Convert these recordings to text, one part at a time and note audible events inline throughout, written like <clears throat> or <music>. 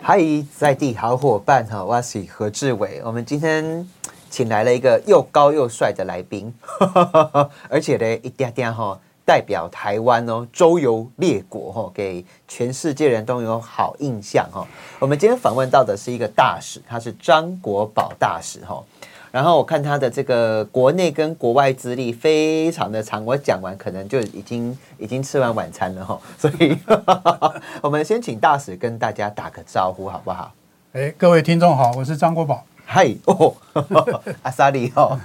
嗨，在地好伙伴哈，我是何志伟。我们今天请来了一个又高又帅的来宾， <laughs> 而且呢，一点点哈，代表台湾哦，周游列国哈、哦，给全世界人都有好印象哈、哦。我们今天访问到的是一个大使，他是张国宝大使哈、哦。然后我看他的这个国内跟国外资历非常的长，我讲完可能就已经已经吃完晚餐了哈、所以 <laughs> 我们先请大使跟大家打个招呼好不好？哎，各位听众好，我是张国宝。嗨哦， <laughs> 阿萨利哦，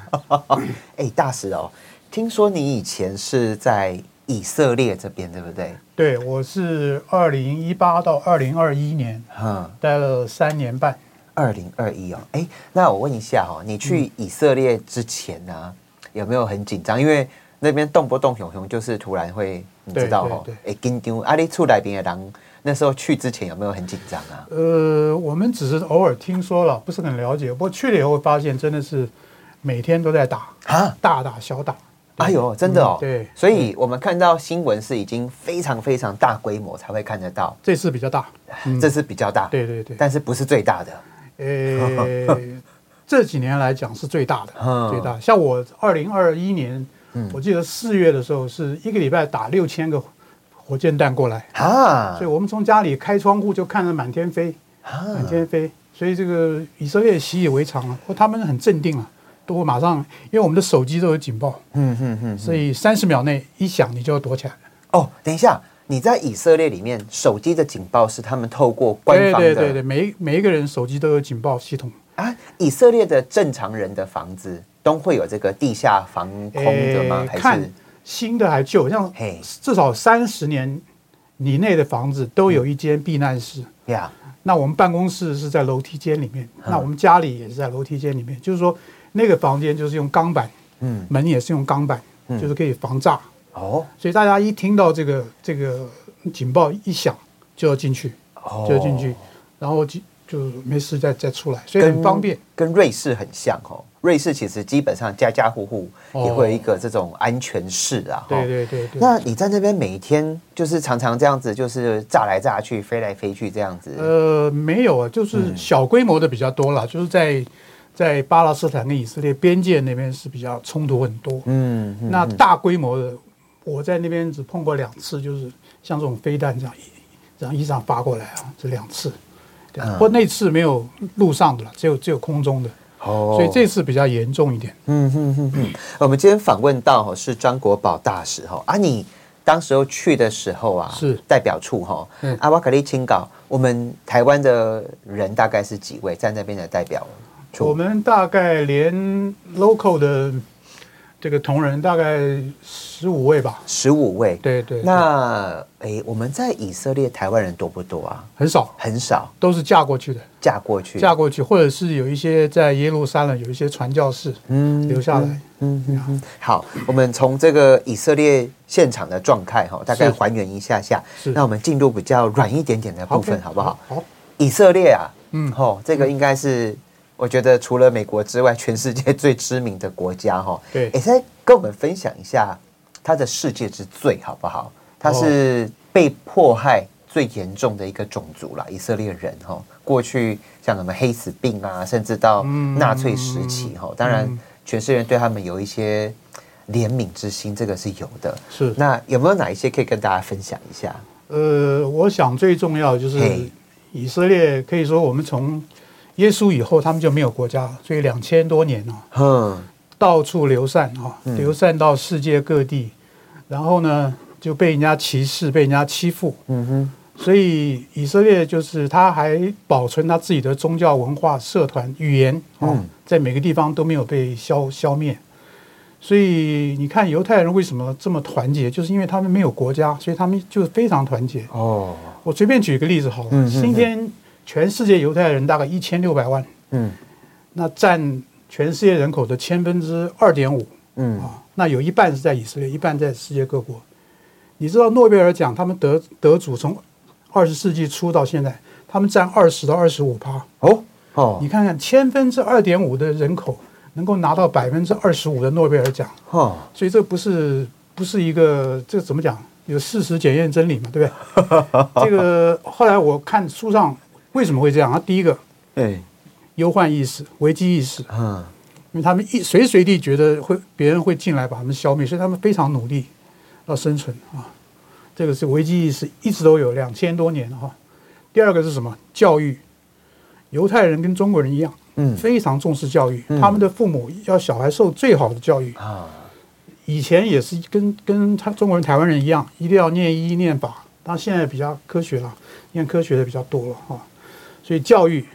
<laughs> 哎，大使哦，听说你以前是在以色列这边，对不对？对，我是二零一八到二零二一年嗯，待了三年半。二零二一哦，哎，那我问一下哦，你嗯去以色列之前呢、有没有很紧张？因为那边动不动熊熊就是突然会，你知道哦对，哎，紧张。阿里出来边的人，那时候去之前有没有很紧张啊？呃，我们只是偶尔听说了，不是很了解。不过去了以后发现，真的是每天都在打，啊，大打小打。哎呦，真的哦，嗯对所以我们看到新闻是已经非常非常大规模才会看得到，这次比较大，这是比较大，嗯对对对但是不是最大的。 <laughs> 呃，这几年来讲是最大的，嗯最大。像我二零二一年，我记得四月的时候，是一个礼拜打六千个火箭弹过来，啊所以，我们从家里开窗户就看着满天飞，啊满天飞。所以这个以色列习以为常了、或他们很镇定啊，都会马上，因为我们的手机都有警报，嗯嗯嗯，所以三十秒内一响你就要躲起来。哦，等一下，你在以色列里面，手机的警报是他们透过官对方对的对对，每一每一个人手机都有警报系统，啊，以色列的正常人的房子都会有这个地下防空的吗？诶还是看新的还旧，像嘿至少三十年以内的房子都有一间避难室。呀那我们办公室是在楼梯间里面，嗯那我们家里也是在楼梯间里面，就是说那个房间就是用钢板，嗯，门也是用钢板，就是可以防炸。哦所以大家一听到这个这个警报一响就要进去，哦就要进去，然后就就没事再再出来，所以很方便。哦跟瑞士很像哦。瑞士其实基本上家家户户也会有一个这种安全室啊。哦对对对对。那你在那边每天就是常常这样子，就是炸来炸去、飞来飞去这样子。呃，没有啊，就是嗯小规模的比较多了，就是在在巴勒斯坦跟以色列边界那边是比较冲突很多。嗯，嗯那大规模的，我在那边只碰过两次，就是像这种飞弹这样一这样一上发过来啊，这两次。对嗯啊不过那次没有陆上的了，只有只有空中的，哦呃所以这次比较严重一点。嗯哼哼哼，我们今天访问到哦是张国宝大使哈啊，你当时候去的时候啊，是代表处哈嗯，阿瓦卡利清稿，我们台湾的人大概是几位在那边的代表我处？们大概连 local 的这个同仁大概十五位吧，十五位。对对，对那诶，我们在以色列台湾人多不多啊？很少，很少，都是嫁过去的。嫁过去。嫁过去，或者是有一些在耶路撒冷有一些传教士嗯留下来。嗯嗯嗯，好，我们从这个以色列现场的状态哈，大概是还原一下下。是那我们进入比较软一点点的部 OK，分，好不好？？好，以色列啊，嗯，嗯吼，这个应该是我觉得除了美国之外，全世界最知名的国家哈。对也再跟我们分享一下他的世界之最好不好？他是被迫害最严重的一个种族啦，以色列人哈。过去像什么黑死病啊，甚至到嗯纳粹时期哈，当然全世界人对他们有一些怜悯之心，这个是有的。是那有没有哪一些可以跟大家分享一下？呃，我想最重要就是嘿以色列，可以说我们从耶稣以后，他们就没有国家，所以两千多年啊，哼，到处流散啊，嗯流散到世界各地，然后呢就被人家歧视，被人家欺负。嗯哼，所以以色列就是他还保存他自己的宗教文化、社团、语言啊、哦嗯在每个地方都没有被消消灭。所以你看犹太人为什么这么团结，就是因为他们没有国家，所以他们就非常团结。哦，我随便举一个例子好了，嗯嗯嗯今天全世界犹太人大概一千六百万，嗯那占全世界人口的千分之二点五嗯。啊，那有一半是在以色列，一半在世界各国。你知道诺贝尔奖他们得得主从二十世纪初到现在，他们占二十到二十五趴。哦哦你看看千分之二点五的人口能够拿到百分之二十五的诺贝尔奖，哦，所以这不是不是一个这怎么讲？有事实检验真理嘛，对不对？这个后来我看书上为什么会这样？啊，第一个哎，忧患意识、危机意识，嗯，因为他们一随时随地觉得会别人会进来把他们消灭，所以他们非常努力要生存啊。这个是危机意识一直都有，两千多年哈、第二个是什么？教育，犹太人跟中国人一样，嗯非常重视教育，嗯他们的父母要小孩受最好的教育。啊，以前也是跟跟他中国人、台湾人一样，一定要念医念法，当然现在比较科学了，念科学的比较多了哈、所以教育，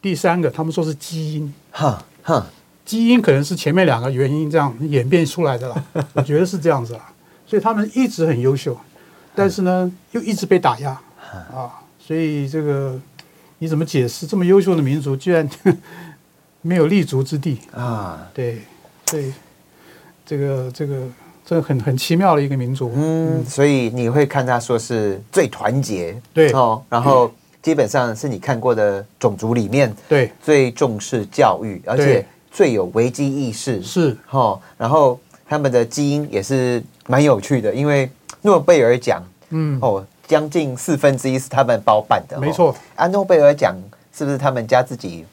第三个他们说是基因，哈哈，基因可能是前面两个原因这样演变出来的啦，我觉得是这样子啦。所以他们一直很优秀，但是呢，又一直被打压啊。所以这个你怎么解释这么优秀的民族居然 <laughs> 没有立足之地？啊，对，对，这个这个这很很奇妙的一个民族。嗯，所以你会看他说是最团结，对哦，然后基本上是你看过的种族里面对，最重视教育，而且最有危机意识，是哦，然后他们的基因也是蛮有趣的，因为诺贝尔奖嗯，哦，将近四分之一是他们包办的、哦，没错，啊，诺贝尔奖是不是他们家自己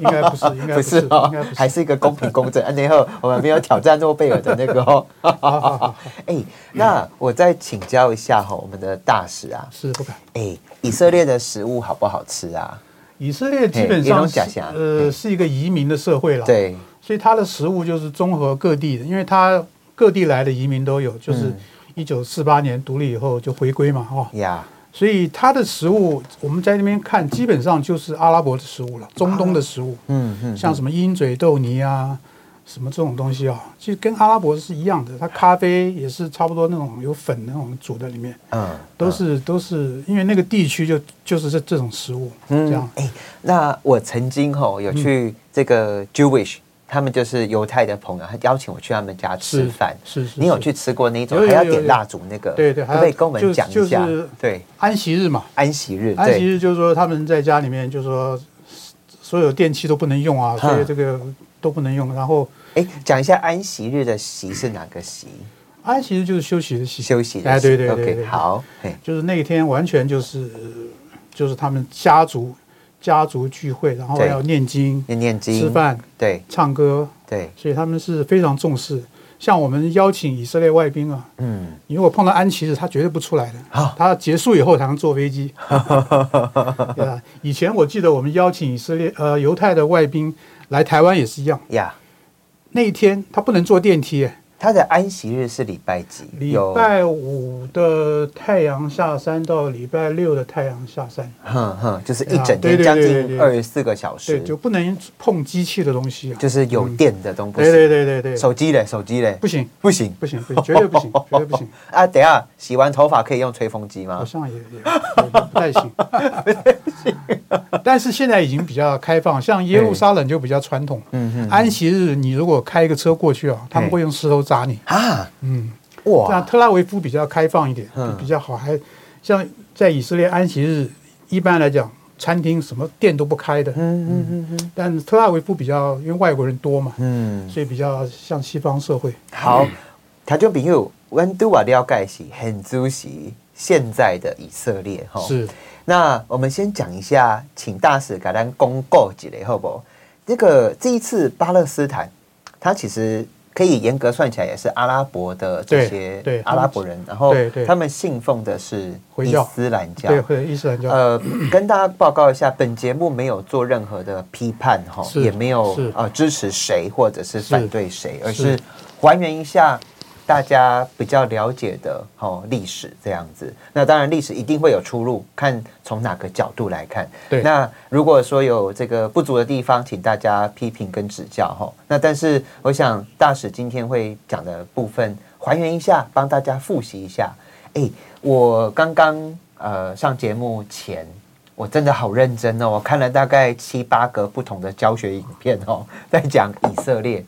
应该不是，应 <laughs> 该不是哦应该不，还是。是一个公平公正。啊 <laughs> 然后我们没有挑战诺贝尔的那个 <laughs> 哦。好好好，哎，那我再请教一下哈、我们的大使啊，是不敢。哎，以色列的食物好不好吃啊？以色列基本嘿也上拢假是想呃嘿是一个移民的社会了，对，所以它的食物就是综合各地的，因为它各地来的移民都有，就是嗯一九四八年独立以后就回归嘛，哦，呀，所以它的食物我们在那边看，基本上就是阿拉伯的食物了，中东的食物，嗯嗯，像什么鹰嘴豆泥啊，什么这种东西啊，其实跟阿拉伯是一样的，它咖啡也是差不多那种有粉那种煮在里面，嗯，都是都是因为那个地区就就是这这种食物，这样嗯，哎，那我曾经吼、有去嗯这个 Jewish，他们就是犹太的朋友，他邀请我去他们家吃是饭。是是，你有是去吃过那一种有有还要有点有蜡烛那个？对对还可不可以要跟我就们讲就一下是？对，安息日嘛，安息日，安息对，日就是说他们在家里面就是说所有电器都不能用啊，嗯所以这个都不能用。然后哎，讲一下安息日的息是哪个息？安息日就是休息的息，休息的哎，息对对对对 OK，，好，嘿，就是那一天完全就是就是他们家族家族聚会，然后对要念经、念念经，吃，饭、对唱歌，对，所以他们是非常重视。像我们邀请以色列外宾啊，嗯，你如果碰到安息日，他绝对不出来的啊。他结束以后才能坐 <laughs> 飞机。对吧？以前我记得我们邀请以色列呃犹太的外宾来台湾也是一样，呀，那一天他不能坐电梯耶，他的安息日是礼拜几？礼有，拜五的太阳下山到礼拜六的太阳下山，哼哼，就是一啊整对天对将对对近对二十四个小对，时，就不能碰机器的东西啊。就是有电的东不对对行，对对对，手机嘞，手机嘞，不行不行，不行不行，绝对不行，绝对不行， <laughs> 啊，等一下洗完头发可以用吹风机好吗？像也也也不太 <laughs> 行。但是现在已经比较开放，像耶路撒冷就比较传统。嗯安息日你如果开一个车过去啊，他们会用石头砸你。哼，啊，嗯，像哇，特拉维夫比较开放一点，嗯比较好。还像在以色列安息日，一般来讲，餐厅什么店都不开的。嗯嗯嗯嗯但特拉维夫比较，因为外国人多嘛，嗯，所以比较像西方社会。好，台中朋友，温度啊了解是很主席现在的以色列哈，。是那我们先讲一下，请大使给咱公告几类，好不好？那个这一次巴勒斯坦，它其实可以严格算起来也是阿拉伯的这对些对阿拉伯人，然后对对他们信奉的是回伊教斯兰教。对，或者伊斯兰教。呃，跟大家报告一下，本节目没有做任何的批判哈，是也没有是呃支持谁或者是反对谁，而是是还原一下大家比较了解的哦历史这样子。那当然历史一定会有出入，看从哪个角度来看。对那如果说有这个不足的地方，请大家批评跟指教哈。那但是我想大使今天会讲的部分，还原一下，帮大家复习一下。哎，我刚刚呃上节目前，我真的好认真哦，我看了大概七八个不同的教学影片哦，在讲以色列。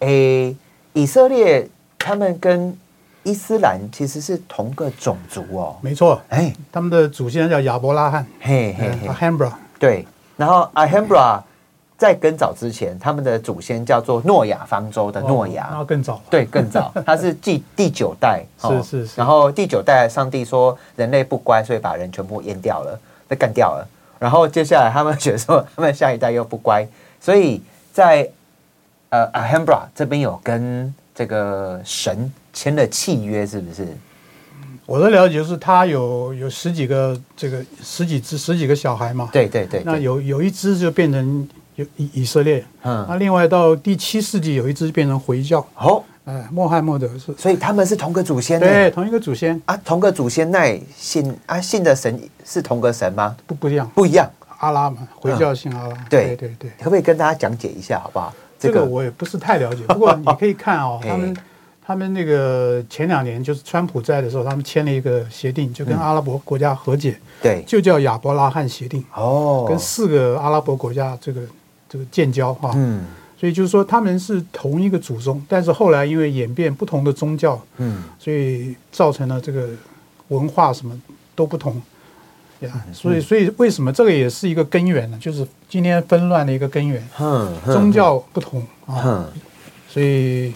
哎，以色列他们跟伊斯兰其实是同个种族哦。没错，哎，他们的祖先叫亚伯拉罕，嘿嘿嘿嗯，，Alhambra，对。然后 Alhambra 在更早之前，他们的祖先叫做诺亚方舟的哦诺亚。哦那更早了。对，更早，它是第第九 <laughs> 代，是是是然后第九代上帝说人类不乖，所以把人全部阉掉了，被干掉了。然后接下来他们 <laughs> 觉得说他们下一代又不乖，所以在呃 Alhambra 这边有跟这个神签了契约，是不是？我的了解是，他有有十几个这个十几只十几个小孩嘛，对对对，那对有有一只就变成有以以色列，那嗯，另外到第七世纪有一只变成回教，哦，哎，穆罕默德是，所以他们是同个祖先对，的同一个祖先，啊，同个祖先那信啊信的神是同个神吗？不不一样，不一样，阿拉嘛，回教信阿拉，嗯对对对。可不可以跟大家讲解一下好不好？这个我也不是太了解，不过你可以看 <laughs> 哦，哎他们他们那个前两年就是川普在的时候，他们签了一个协定，就跟阿拉伯国家和解，对就叫亚伯拉罕协定，哦，跟四个阿拉伯国家这个这个建交哈、嗯所以就是说他们是同一个祖宗，但是后来因为演变不同的宗教，嗯所以造成了这个文化什么都不同。嗯呀，所以所以为什么这个也是一个根源呢？就是今天纷乱的一个根源，哼，哼宗教不同啊。哼所以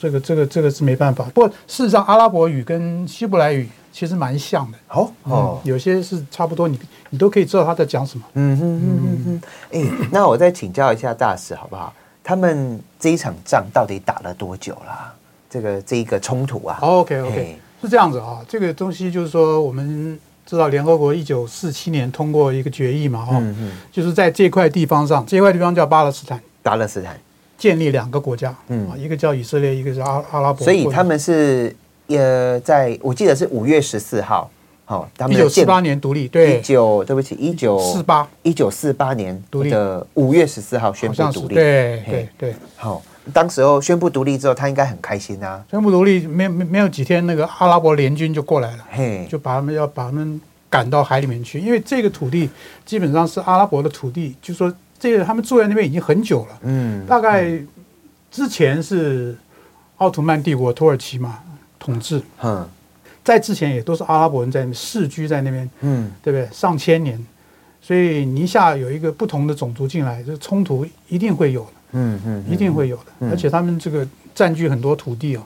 这个这个这个是没办法。不过事实上，阿拉伯语跟希伯来语其实蛮像的，好哦嗯，有些是差不多，你你都可以知道他在讲什么。嗯哼哼哼哼，哎，那我再请教一下大使好不好？他们这一场仗到底打了多久啦？这个这一个冲突啊， OK 嘿 OK，是这样子啊，这个东西就是说，我们知道联合国一九四七年通过一个决议嘛，哦，嗯嗯，就是在这块地方上，这块地方叫巴勒斯坦，巴勒斯坦，建立两个国家，嗯啊一个叫以色列，一个是阿阿拉伯国家，所以他们是呃，在我记得是五月十四号，好，他一们九四八年独立，一对，九对不起一九四八一九四八年独立的五月十四号宣好布像是独立，对嘿对对。好、当时候宣布独立之后，他应该很开心啊。宣布独立没没没有几天，那个阿拉伯联军就过来了，嘿，就把他们要把他们赶到海里面去，因为这个土地基本上是阿拉伯的土地，就说这个他们住在那边已经很久了，嗯，大概之前是奥图曼帝国土耳其嘛统治，嗯在之前也都是阿拉伯人在那边世居在那边，嗯对不对？上千年，所以你一下有一个不同的种族进来，这冲突一定会有的。嗯嗯，一定会有的。而且他们这个占据很多土地哦，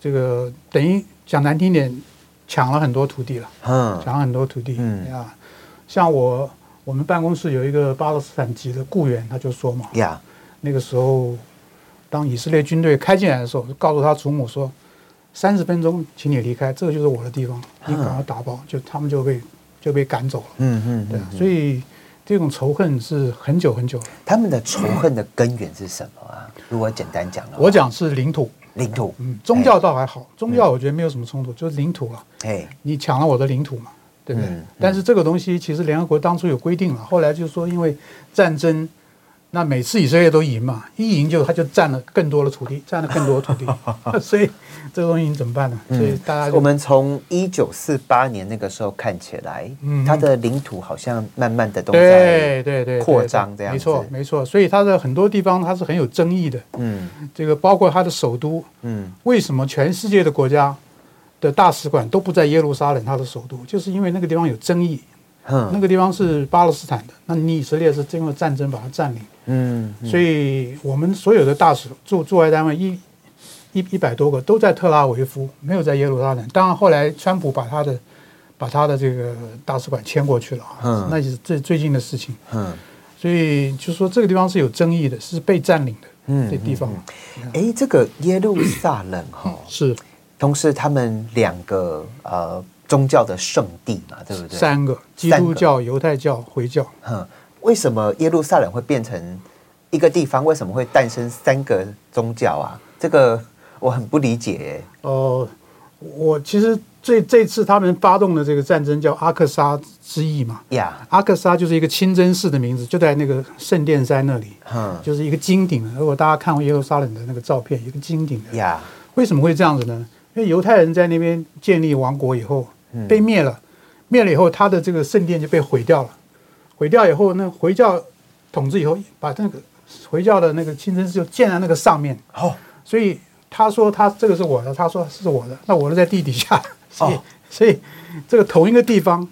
这个等于讲难听点，抢了很多土地了，嗯抢了很多土地嗯啊。像我我们办公室有一个巴勒斯坦籍的雇员，他就说嘛，呀，那个时候当以色列军队开进来的时候，就告诉他祖母说。三十分钟，请你离开，这个就是我的地方，你赶快打包，就他们就被就被赶走了。嗯嗯，对啊，所以这种仇恨是很久很久了。他们的仇恨的根源是什么啊？如果简单讲的话，我讲是领土，领土，嗯，宗教倒还好，宗教我觉得没有什么冲突，就是领土了，哎，你抢了我的领土嘛，对不对？嗯嗯但是这个东西其实联合国当初有规定了，后来就说因为战争，那每次以色列都赢嘛，一赢就他就占了更多的土地，占了更多的土 <laughs> 地， <laughs> 所以这个东西你怎么办呢？所以大家就嗯我们从一九四八年那个时候看起来，嗯他的领土好像慢慢的都在，对对对扩张这样没错子没错，所以它的很多地方它是很有争议的，嗯这个包括它的首都，嗯为什么全世界的国家的大使馆都不在耶路撒冷它的首都，就是因为那个地方有争议。那哼，个地方是巴勒斯坦的，那你以色列是经过战争把它占领，嗯所以我们所有的大使驻驻外单位一一一百多个都在特拉维夫，没有在耶路撒冷。当然后来川普把他的把他的这个大使馆迁过去了啊，嗯那也是最最近的事情。嗯。所以就说这个地方是有争议的，是被占领的，嗯这地方、哎，这个耶路撒冷哈、是同时他们两个呃宗教的圣地嘛，对不对？三个基三个督教、犹太教、回教。哼，为什么耶路撒冷会变成一个地方？为什么会诞生三个宗教啊？这个我很不理解耶。呃，我其实这这次他们发动的这个战争叫阿克沙之役嘛，呀，阿克沙就是一个清真寺的名字，就在那个圣殿山那里，哼，就是一个金顶的。如果大家看过耶路撒冷的那个照片，一个金顶的。呀，为什么会这样子呢？因为犹太人在那边建立王国以后嗯被灭了，灭了以后，他的这个圣殿就被毁掉了。毁掉以后呢，回教统治以后，把那个回教的那个清真寺就建在那个上面，哦，所以他说他这个是我的，他说是我的，那我的在地底下， <laughs> 所以、哦所以这个同一个地方，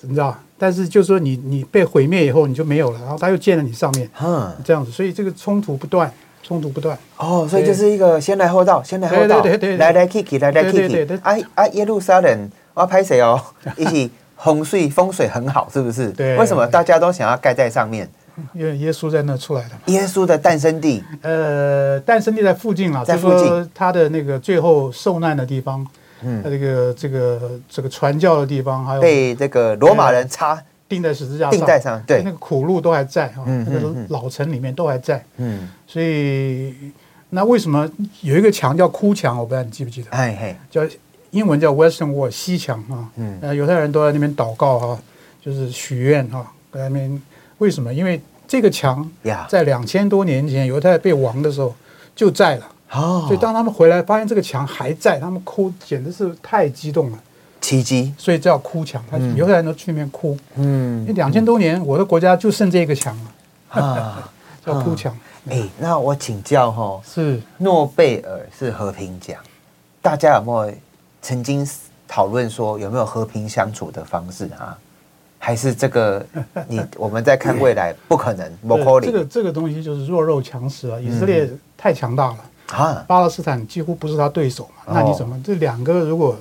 你知道？但是就是说你你被毁灭以后你就没有了，然后他又建了你上面，哼，这样子，所以这个冲突不断，冲突不断。哦，所以就是一个先来后到，先来后到，对对对对对来来去去，来来对去对去对对。 <laughs> 啊啊，耶路撒冷，我要拍谁哦？一起洪水风水很好，是不是？对为什么大家都想要盖在上面？因为耶稣在那出来的嘛。耶稣的诞生地呃，诞生地在附近啊，在就附近说他的那个最后受难的地方，嗯，这个这个这个传教的地方，还有被这个罗马人插，钉在十字架上，钉在上对那个苦路都还在啊，嗯那个嗯嗯老城里面都还在，嗯，所以那为什么有一个墙叫哭墙？我不知道你记不记得，哎嘿，叫英文叫 Western Wall 西墙啊，嗯呃，犹太人都在那边祷告啊，就是许愿啊，在那边为什么？因为这个墙呀，在两千多年前犹太被亡的时候就在了。哦，所以当他们回来发现这个墙还在，他们哭简直是太激动了，奇迹，所以叫哭墙。他犹太人都去那边哭，因为嗯两千多年我的国家就剩这个墙了，啊，叫哭墙。哎，那我请教哈、是诺贝尔是和平奖，大家有没有曾经讨论说有没有和平相处的方式啊？还是这个 <laughs> 你我们在看未来不可能，不对可这个能嗯这个东西就是弱肉强食啊！以色列太强大了，啊！巴勒斯坦几乎不是他对手嘛。哦那你怎么这两个如果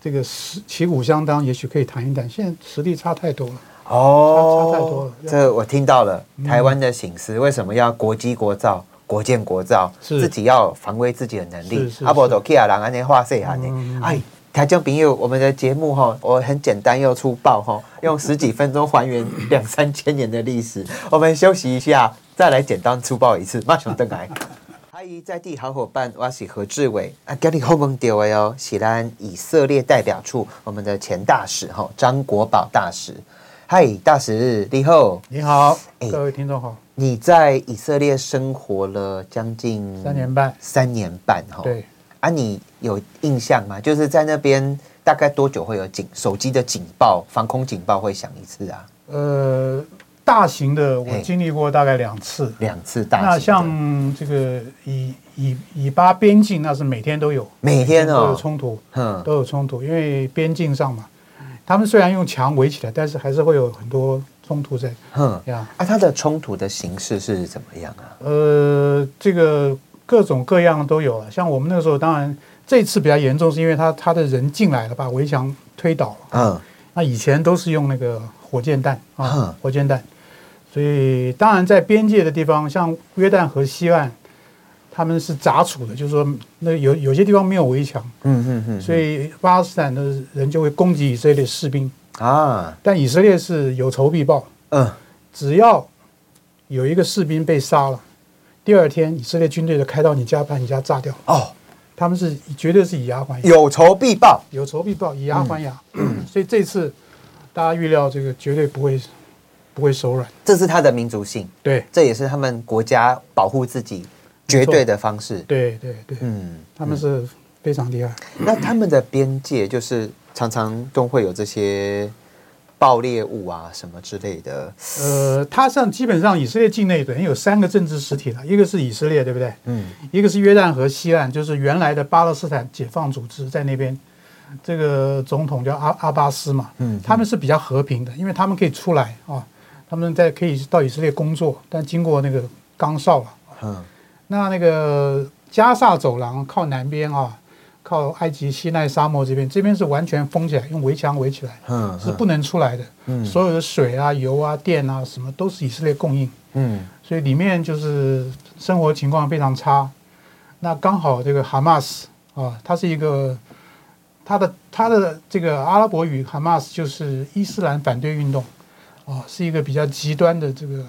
这个实旗鼓相当，也许可以谈一谈。现在实力差太多了。哦，差差太多了嗯这个我听到了，台湾的醒思为什么要国机国造？国建国造，是自己要防卫自己的能是力啊是。是阿伯多基亚人安尼话说安嗯尼，哎，台中朋友，我们的节目哈，我很简单又粗暴哈，用十几分钟还原两三千年的历史。 <laughs> 我们休息一下，再来简单粗暴一次，马上回 <laughs> 来。嗨，在地好伙伴，我是何志伟啊，今日后问到的哦，是咱以色列代表处我们的前大使哈张国宝大使。嗨，大使你好，你好哎，各位听众好，你在以色列生活了将近三年半三年半哈。对，啊，你有印象吗？就是在那边大概多久会有警手机的警报、防空警报会响一次啊？呃，大型的我嘿经历过大概两次，两次大型的那像这个以以以巴边境，那是每天都有，每天都有哦，冲突，嗯，都有冲突，因为边境上嘛，他们虽然用墙围起来，但是还是会有很多冲突在哼，呀。啊，它的冲突的形式是怎么样啊？呃，这个各种各样都有了。啊像我们那个时候，当然这次比较严重，是因为他他的人进来了，把围墙推倒了。嗯，那以前都是用那个火箭弹嗯啊，火箭弹。所以当然在边界的地方，像约旦河西岸，他们是杂处的，就是说那有有些地方没有围墙，嗯嗯嗯，所以巴勒斯坦的人就会攻击以色列士兵。啊，但以色列是有仇必报，嗯，只要有一个士兵被杀了，第二天以色列军队就开到你家把你家炸掉。哦，他们是绝对是以牙还牙，有仇必报，有仇必报，以牙还牙。所以这次大家预料这个绝对不会不会手软。这是它的民族性，对这也是他们国家保护自己绝对的方式。对对对，嗯，他们是非常厉害。那他们的边界就是常常都会有这些爆裂物啊什么之类的。呃，它上基本上以色列境内等于有三个政治实体了，一个是以色列，对不对？嗯，一个是约旦河西岸，就是原来的巴勒斯坦解放组织在那边，这个总统叫阿阿巴斯嘛，嗯嗯他们是比较和平的，因为他们可以出来啊，他们在可以到以色列工作，但经过那个钢哨了。嗯，那那个加萨走廊靠南边啊，靠埃及西奈沙漠这边，这边是完全封起来，用围墙围起来，嗯是不能出来的。嗯所有的水啊、油啊、电啊，什么都是以色列供应。嗯所以里面就是生活情况非常差。那刚好这个哈马斯啊，它是一个它的它的这个阿拉伯语哈马斯就是伊斯兰反对运动啊，是一个比较极端的这个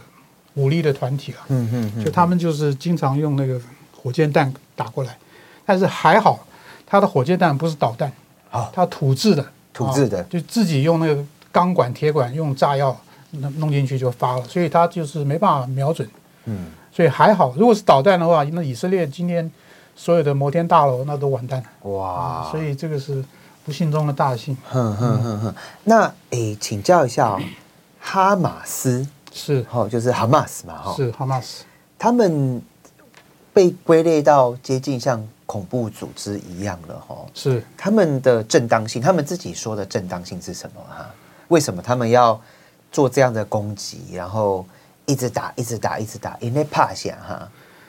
武力的团体啊。嗯嗯嗯就他们就是经常用那个火箭弹打过来，但是还好，他的火箭弹不是导弹，好他土制的，啊土制的啊就自己用那个钢管、铁管用炸药弄弄进去就发了，所以他就是没办法瞄准，嗯，所以还好。如果是导弹的话，那以色列今天所有的摩天大楼那都完蛋了，哇，所以这个是不幸中的大幸，哼哼哼哼。嗯那诶，请教一下、哦，哈马斯，是哦，就是哈马斯嘛，哈、哦，是哈马斯。他们被归类到接近像恐怖组织一样了，哈、哦。是他们的正当性，他们自己说的正当性是什么啊？为什么他们要做这样的攻击，然后一直打、一直打、一直打？因为怕想哈。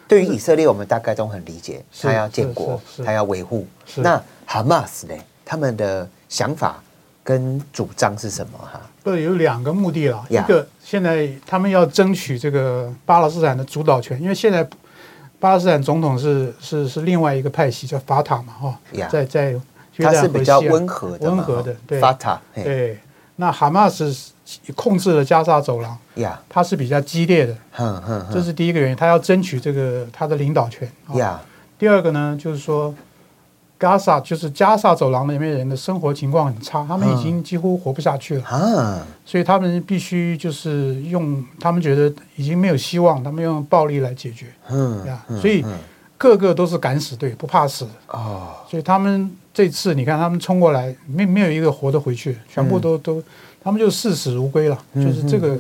对于以色列，我们大概都很理解，是他要建国是是，是他要维护。是那哈马斯呢？他们的想法跟主张是什么哈？不有两个目的了，一 Yeah 个现在他们要争取这个巴勒斯坦的主导权，因为现在巴勒斯坦总统是是是另外一个派系叫法塔嘛，哈、 Yeah 在在约它旦是河比西较岸温和的嘛，温和的哈，对法塔，嘿对。那哈马斯控制了加沙走廊，呀，它是比较激烈的，哼哼这哼，是第一个原因，他要争取这个他的领导权。啊呀第二个呢，就是说，Gaza 就是加沙走廊里面人的生活情况很差，他们已经几乎活不下去了，啊，所以他们必须就是用他们觉得已经没有希望，他们用暴力来解决嗯呀。所以嗯个个都是敢死队，不怕死。哦，所以他们这次你看，他们冲过来，没没有一个活的回去，全部都、都，他们就视死如归了。就是这个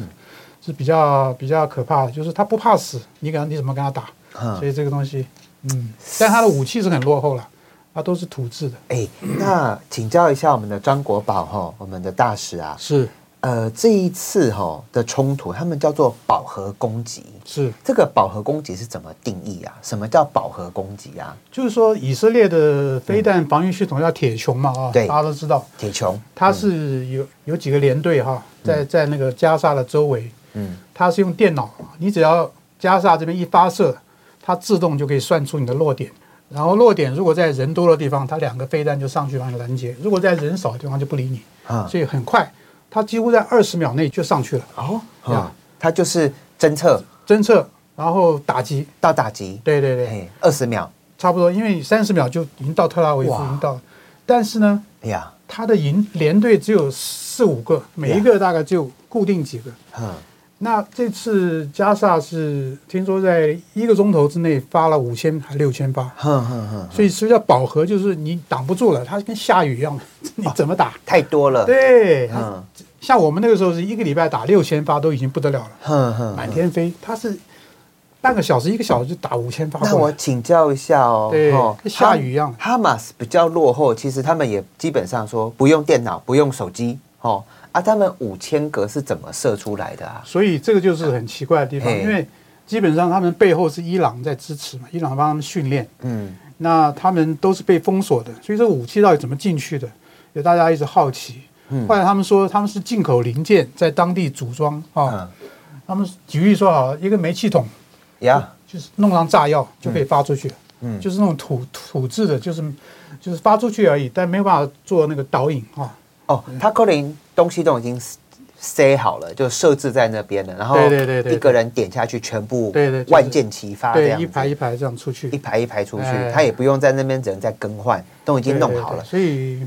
是比较比较可怕的，就是他不怕死，你敢你怎么跟他打？哼所以这个东西，嗯，但他的武器是很落后了，他都是土制的。哎，那请教一下我们的张国宝哈，我们的大使啊，是呃，这一次哈的冲突，他们叫做饱和攻击。是，这个饱和攻击是怎么定义啊？什么叫饱和攻击啊？就是说以色列的飞弹防御系统叫铁穹嘛啊，对大家都知道，铁穹，它是有有几个连队哈，在在那个加沙的周围，嗯，它是用电脑，你只要加沙这边一发射，它自动就可以算出你的落点。然后落点如果在人多的地方，它两个飞弹就上去把你拦截；如果在人少的地方就不理你，啊，所以很快，它几乎在二十秒内就上去了。哦，呀啊，它就是侦测侦测，然后打击。到打击，对对对，哎，二十秒，差不多，因为三十秒就已经到特拉维夫，哇已经到。但是呢，哎呀，他的营连队只有四五个，每一个大概就固定几个。嗯，那这次加萨是听说在一个钟头之内发了五千还六千发，哼哼哼，所以什么叫饱和？就是你挡不住了，它跟下雨一样， <laughs> 你怎么打？太多了，对，它嗯，像我们那个时候是一个礼拜打六千发都已经不得了了，哼哼满哼。天飞。它是半个小时一个小时就打五千发过来。那我请教一下哦，对哦跟下雨一样哈马斯比较落后，其实他们也基本上说不用电脑，不用手机，哦啊，他们五千格是怎么射出来的啊？所以这个就是很奇怪的地方，嘿因为基本上他们背后是伊朗在支持嘛，伊朗帮他们训练，嗯，那他们都是被封锁的，所以这个武器到底怎么进去的，也大家一直好奇。嗯后来他们说他们是进口零件，在当地组装啊。嗯他们举例说好了，一个煤气桶呀，就是弄上炸药就可以发出去，嗯，就是那种土土制的，就是就是发出去而已，但没有办法做那个导引啊。哦，他可能东西都已经塞好了，就设置在那边了，然后对对对对一个人点下去，全部对对就是万箭齐发这对样，子一排一排这样出去一，排一排出去哎，他也不用在那边人在更换，都已经弄好了对对对所以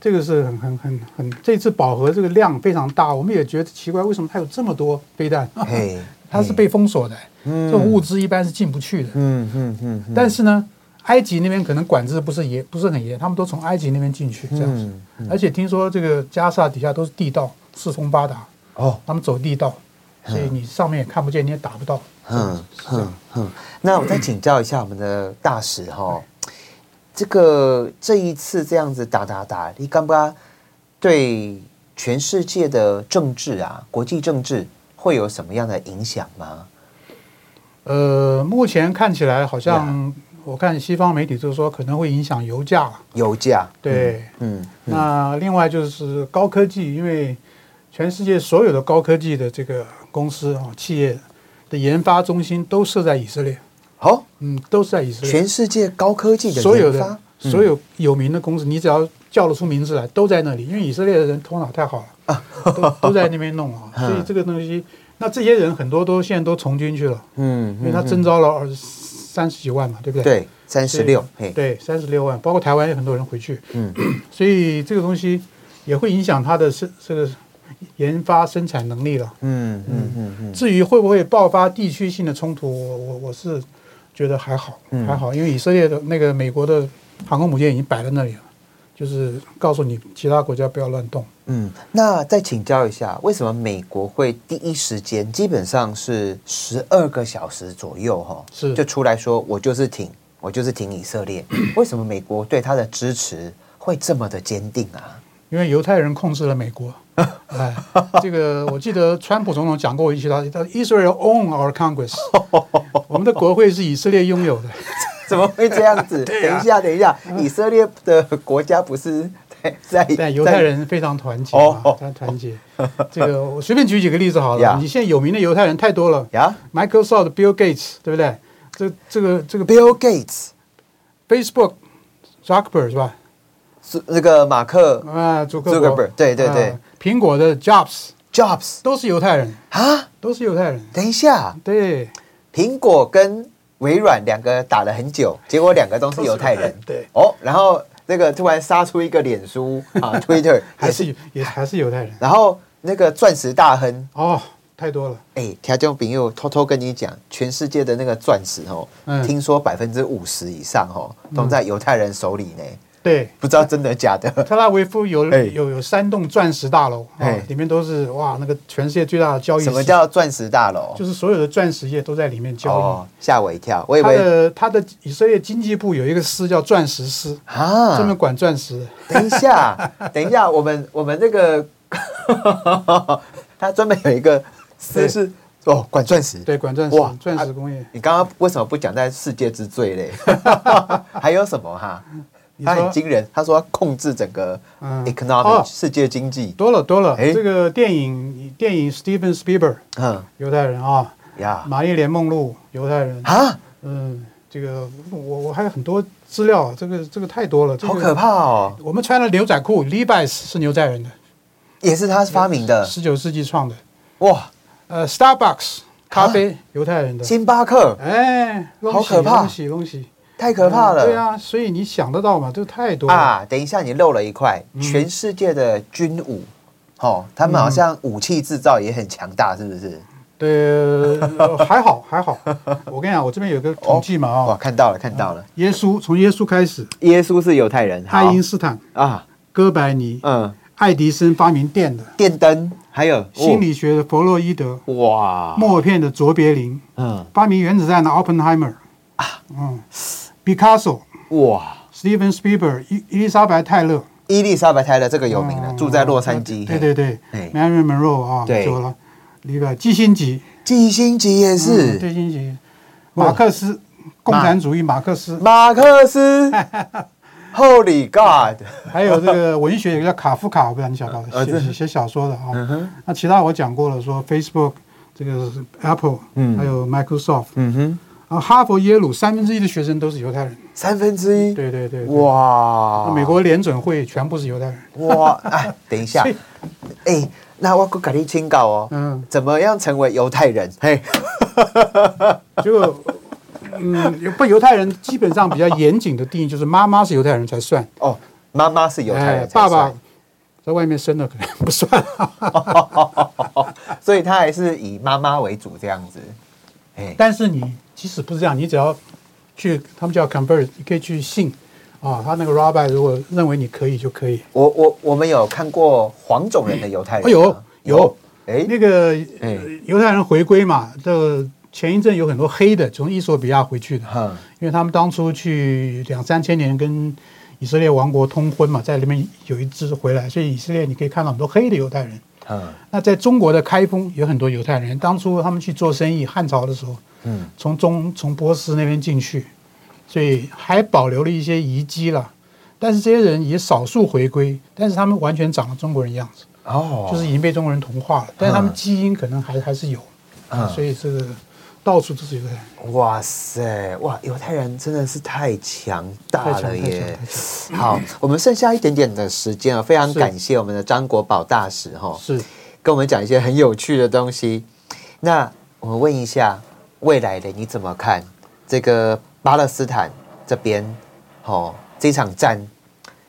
这个是很很很很，这次饱和这个量非常大，我们也觉得奇怪，为什么它有这么多飞弹？ <laughs> 嘿它是被封锁的，这种物资一般是进不去的。嗯嗯嗯嗯，但是呢，埃及那边可能管制不是严，不是很严，他们都从埃及那边进去这样嗯子。而且听说这个加沙底下都是地道，四通八达，哦，他们走地道，所以你上面也看不见，你也打不到。嗯是这嗯样。嗯，那我再请教一下我们的大使哈，这个这一次这样子打打打，你敢不敢对全世界的政治啊，国际政治会有什么样的影响吗？呃，目前看起来好像，我看西方媒体就说可能会影响油价，油价，对。嗯，那另外就是高科技，因为全世界所有的高科技的这个公司啊、企业的研发中心都设在以色列，好、嗯，都是在以色列。全世界高科技的所有研的发嗯所有有名的公司，你只要叫得出名字来，都在那里，因为以色列的人头脑太好啊了，都都在那边弄 <laughs> 啊，所以这个东西，那这些人很多都现在都从军去了，嗯，因为他征召了二三十几万嘛，对不对？对三十六，对嘿，对，三十六万，包括台湾有很多人回去，嗯， <clears throat> 所以这个东西也会影响它的生这个研发生产能力了。嗯嗯嗯嗯，至于会不会爆发地区性的冲突，我我我是觉得还好，嗯还好，因为以色列的那个美国的航空母舰已经摆在那里了，就是告诉你其他国家不要乱动。嗯，那再请教一下，为什么美国会第一时间，基本上是十二个小时左右、哈，是就出来说我就是挺，我就是挺以色列。为什么美国对他的支持会这么的坚定啊？ <laughs> 因为犹太人控制了美国，哎，这个我记得川普总统讲过一句，他他 Israel own our <laughs> Congress，我们的国会是以色列拥有的。 <laughs> 啊怎么会这样子？等一下，等一下，以色列的国家不是哎在但啊犹太人非常团结哦啊，他团结。这个我随便举几个例子好了 Yeah，你现在有名的犹太人太多了呀，Microsoft、Bill Gates，对不对？这这个这个，Bill Gates Facebook、Zuckerberg 是吧？是那个马克啊，祖克 Zuckerberg，对对对啊苹果的 Jobs Jobs 都是犹太人，啊，都是犹太人。等一下，对，。苹果跟微软两个打了很久，结果两个都是犹太人对，哦，然后那个突然杀出一个脸 <laughs> 书啊，Twitter 还是也还是犹太人。然后那个钻石大亨，哦，太多了。哎，条件朋友偷偷跟你讲，全世界的那个钻石哦，嗯听说百分之五十以上哦，都在犹太人手里呢，对，不知道真的假的。特拉维夫有哎有有三栋钻石大楼，啊哎，里面都是哇，那个全世界最大的交易什么所，叫钻石大楼？就是所有的钻石业都在里面交哦，吓我一跳，我以易。他为的他的以色列经济部有一个司叫钻石司，专门啊，管钻石的。等一 <laughs> 下，等一下，我们我们那个 <laughs> 他专门有一个司对是哦，管钻石。对，管钻石哇，钻石啊工业。你刚刚为什么不讲在世界之最 <laughs> 嘞？还有什么哈？你他很说惊人，他说要控制整个嗯 economic、哦世界经济。多了多了，哎这个电影电影 Steven Spielberg 嗯犹太人啊，呀玛丽莲梦露犹太人，啊，嗯，这个我我还有很多资料，这个这个太多了，这好个可怕哦！我们穿的牛仔裤 Levi's 是牛仔人的，也是他发明的十九世纪创的。哇，呃，Starbucks 咖啡，犹太人的。星巴克哎，啊好可怕恭喜恭喜！太可怕了。嗯对啊，所以你想得到嘛？这太多嗯了。啊，等一下，你漏了一块，全世界的军武，哦，他们好嗯像武器制造也很强大，是不是？对，呃还好还好。我跟你讲，我这边有哦个统计嘛哇，啊，看到了，看到了，耶稣从耶稣开始，耶稣是犹太人，好爱因斯坦、啊，哥白尼、嗯，爱迪生发明电的，电灯，还有哦心理学的弗洛伊德，哇，默片的卓别林，嗯，发明原子弹的 Oppenheimer 啊，嗯，Picasso、哇， Steven Spielberg、伊伊丽莎白泰勒，伊丽莎白泰勒这个有名的，住在洛杉矶，哦对对对嘿，Marilyn Monroe 啊，对走了，里边基辛吉基辛吉也是、嗯基辛吉，马克思，共产主义马克思，马克 <laughs> 思，Holy God，还有这个文学有个叫卡夫卡，我不知道你晓不晓呃得，写写写小说的嗯啊。那其他我讲过了，说 Facebook 这个是 Apple，嗯还有 Microsoft，嗯哼，啊，哈佛、耶鲁三分之一的学生都是犹太人。三分之一，对对对，对哇，美国联准会全部是犹太人。哇，哎，等一下所以，哎、那我给你请教哦，嗯，怎么样成为犹太人？嘿，结果， <laughs> 嗯，犹不犹太人基本上比较严谨的定义就是妈妈是犹太人才算， <laughs> 哦，妈妈是犹太哎人，才爸算、爸在外面生的可能不算。啊 <laughs> 所以他还是以妈妈为主这样子。哎、但是你即使不是这样，你只要去，他们叫 convert，你可以去信啊。他那个 rabbi 如果认为你可以就可以。我我我们有看过黄种人的犹太人哎呦吗，有，哎、那个呃哎犹太人回归嘛，这个前一阵有很多黑的从伊索比亚回去的，哼因为他们当初去两三千年跟以色列王国通婚嘛，在那边有一支回来，所以以色列你可以看到很多黑的犹太人。嗯那在中国的开封有很多犹太人，当初他们去做生意，汉朝的时候，嗯，从中从波斯那边进去，所以还保留了一些遗迹了。但是这些人也少数回归，但是他们完全长了中国人样子，哦，就是已经被中国人同化了。但是他们基因可能还还是有，嗯所以这个到处都是犹太人。哇塞，哇，犹太人真的是太强大了耶！好，我们剩下一点点的时间啊，非常是感谢我们的张国宝大使哈、是跟我们讲一些很有趣的东西。那我们问一下，未来的你怎么看这个巴勒斯坦这边？哦，这场战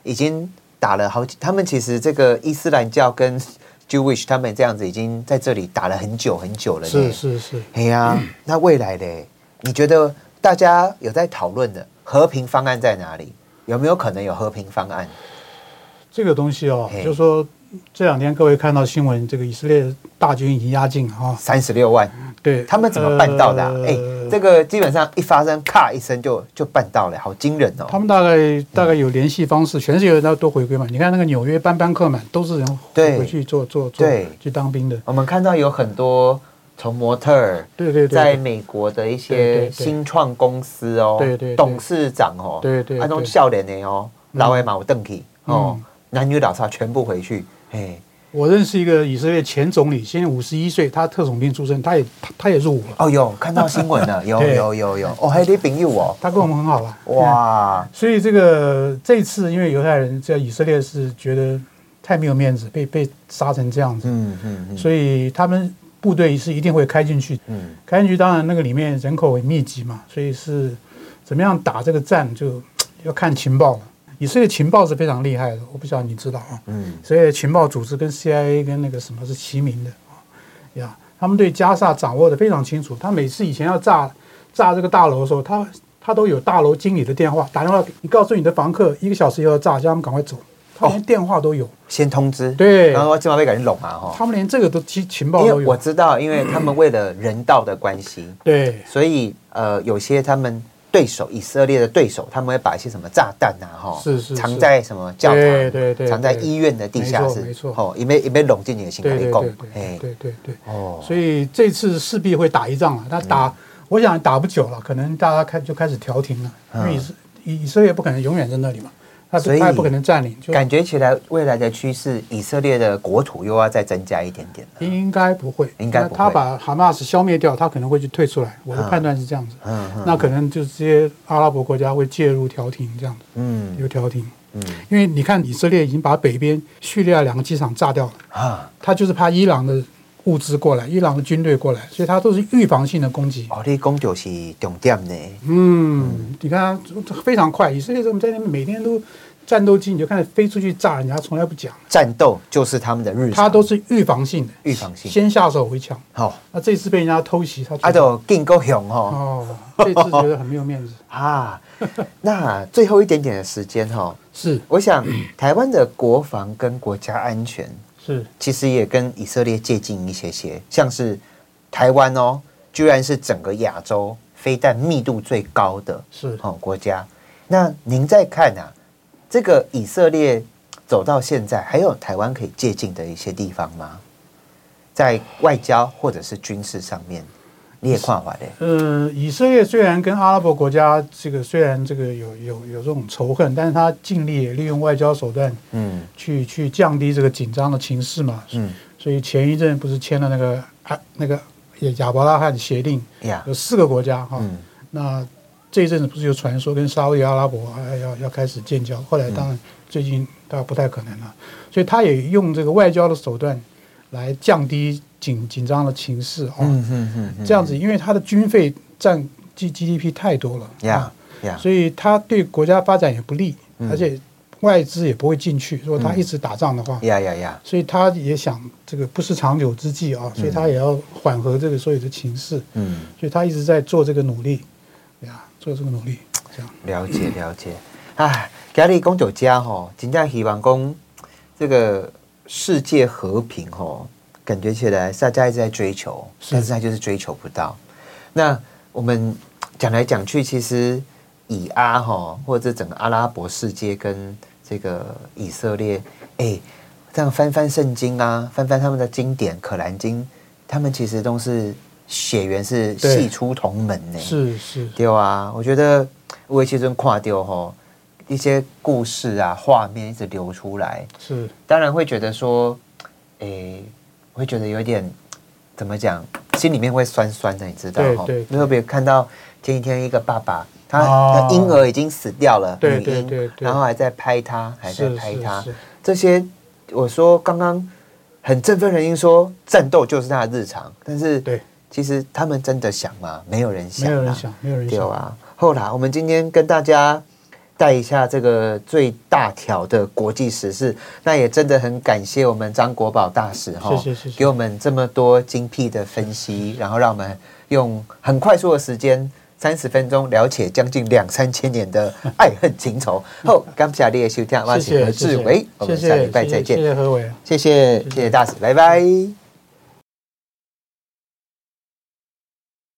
已经打了好几，他们其实这个伊斯兰教跟 Jewish 他们这样子已经在这里打了很久很久了呢。是是是，哎呀，那未来嘞？你觉得大家有在讨论的和平方案在哪里？有没有可能有和平方案？这个东西哦，嘿就是说这两天各位看到新闻，这个以色列大军已经压境啊，三十六万，对他们怎么办到的、啊？呃哎、这个基本上一发生，咔一声就就办到了，好惊人他哦！们大概大概有联系方式，全世界人都都回归嘛。你看那个纽约班班克满都是人对回回去做做做对去当兵的，我们看到有很多从模特儿对对对，在美国的一对些对对新创公司哦，对对对董事长哦，对对对那种笑脸的哦，老外嘛有邓体哦嗯，男女老少全部回去，嘿，我认识一个以色列前总理，现在五十一岁，他特种兵出身，他也他他也入伍了，哦，有看到新闻 <laughs> 了，有对有有有，哦，还有朋友哦，他跟我们很好了。啊哇，所以这个这次，因为犹太人在以色列是觉得太没有面子，被被杀成这样子，嗯嗯嗯，所以他们部队是一定会开进去。嗯开进去当然那个里面人口很密集嘛，所以是怎么样打这个战就要看情报了。以色列情报是非常厉害的，我不晓得你知道啊。嗯，以色列情报组织跟 CIA 跟那个什么是齐名的啊呀，他们对加沙掌握的非常清楚。他每次以前要炸炸这个大楼的时候，他他都有大楼经理的电话，打电话你告诉你的房客一个小时以后要炸，叫他们赶快走。他哦连电话都有，先通知，对然后今晚被赶紧拢啊哈，他们连这个都情情报因都为我有。知道，因为他们为了人道的关系，对所以呃，有些他们对手以色列的对手，他们会把一些什么炸弹啊，哈，是是藏是在什么教堂，对对对藏在对医院的地下没错室，没错哦，也没也没拢进你的心对里对供对，哎对，对对对。哦，所以这次势必会打一仗了。那嗯打，我想打不久了，可能大家开就开始调停了，因为以色以以色列不可能永远在那里嘛，他嗯所以他也不可能占领，就感觉起来未来的趋势，以色列的国土又要再增加一点点了，应该不会。应该不会那他把哈马斯消灭掉，他可能会去退出来。我的判断是这样子，嗯嗯那可能就直接阿拉伯国家会介入调停，这样子嗯有调停。嗯因为你看，以色列已经把北边叙利亚两个机场炸掉了，啊，他就是怕伊朗的物资过来，伊朗的军队过来，所以他都是预防性的攻击。哦，你讲就是重点呢，嗯，你看它非常快，以色列这种在那边每天都战斗机，你就看飞出去炸人家，从来不讲，战斗就是他们的日常，他都是预防性的，预防性先下手为强。好，那这次被人家偷袭，他觉得啊，就更够勇哦。哦，这次觉得很没有 <laughs> 面子。啊，那最后一点点的时间哈、哦，是我 <clears throat> 想台湾的国防跟国家安全是，其实也跟以色列接近一些些，像是台湾哦，居然是整个亚洲飞弹密度最高的是哦国家。那您再看啊，这个以色列走到现在，还有台湾可以借鉴的一些地方吗？在外交或者是军事上面，你也看法嘞？呃，以色列虽然跟阿拉伯国家这个虽然这个有有有这种仇恨，但是他尽力也利用外交手段嗯去去降低这个紧张的情势嘛。嗯所以前一阵不是签了那个啊那个也亚伯拉罕协定，嗯呀有四个国家哈、啊嗯那这一阵子不是有传说跟沙特阿拉伯哎要要开始建交，后来当然嗯最近大概不太可能了，所以他也用这个外交的手段来降低紧紧张的情势啊、嗯嗯嗯嗯，这样子，因为他的军费占 G G D P 太多了嗯呀啊呀，嗯所以他对国家发展也不利，而且外资也不会进去。如果他一直打仗的话，呀呀呀，所以他也想这个不是长久之计啊，所以他也要缓和这个所有的情势，嗯，所以他一直在做这个努力，呀，做这个努力，这样了解了解。哎，今日讲到这吼，真正希望讲这个世界和平吼，感觉起来大家一直在追求，是但是他就是追求不到。那我们讲来讲去，其实以阿哈或者整个阿拉伯世界跟这个以色列，哎，这样翻翻圣经啊，翻翻他们的经典《可兰经》，他们其实都是血缘是对系出同门呢、是是，对啊，我觉得我其中看到吼一些故事啊、画面一直流出来，是当然会觉得说，诶，会觉得有点怎么讲，心里面会酸酸的，你知道对哈对？你特别看到前几天一个爸爸，他哦他婴儿已经死掉了，对女对婴对对然后还在拍他，还在是拍哦是他是，，这些我说刚刚很振奋人心，说战斗就是他的日常，但是对，其实他们真的想吗？没有人想、啊，没有人想，没有人对想，啊，后来我们今天跟大家带一下这个最大条的国际时事，那也真的很感谢我们张国宝大使哈，是是是是啊给我们这么多精辟的分析，然后让我们用很快速的时间。三十分钟了解将近两三千年的爱恨情仇。 <laughs> 好，感谢你的收听，我谢是谢何谢谢志伟，我们下礼拜再谢谢见，谢谢何伟。谢谢谢谢大使，拜拜。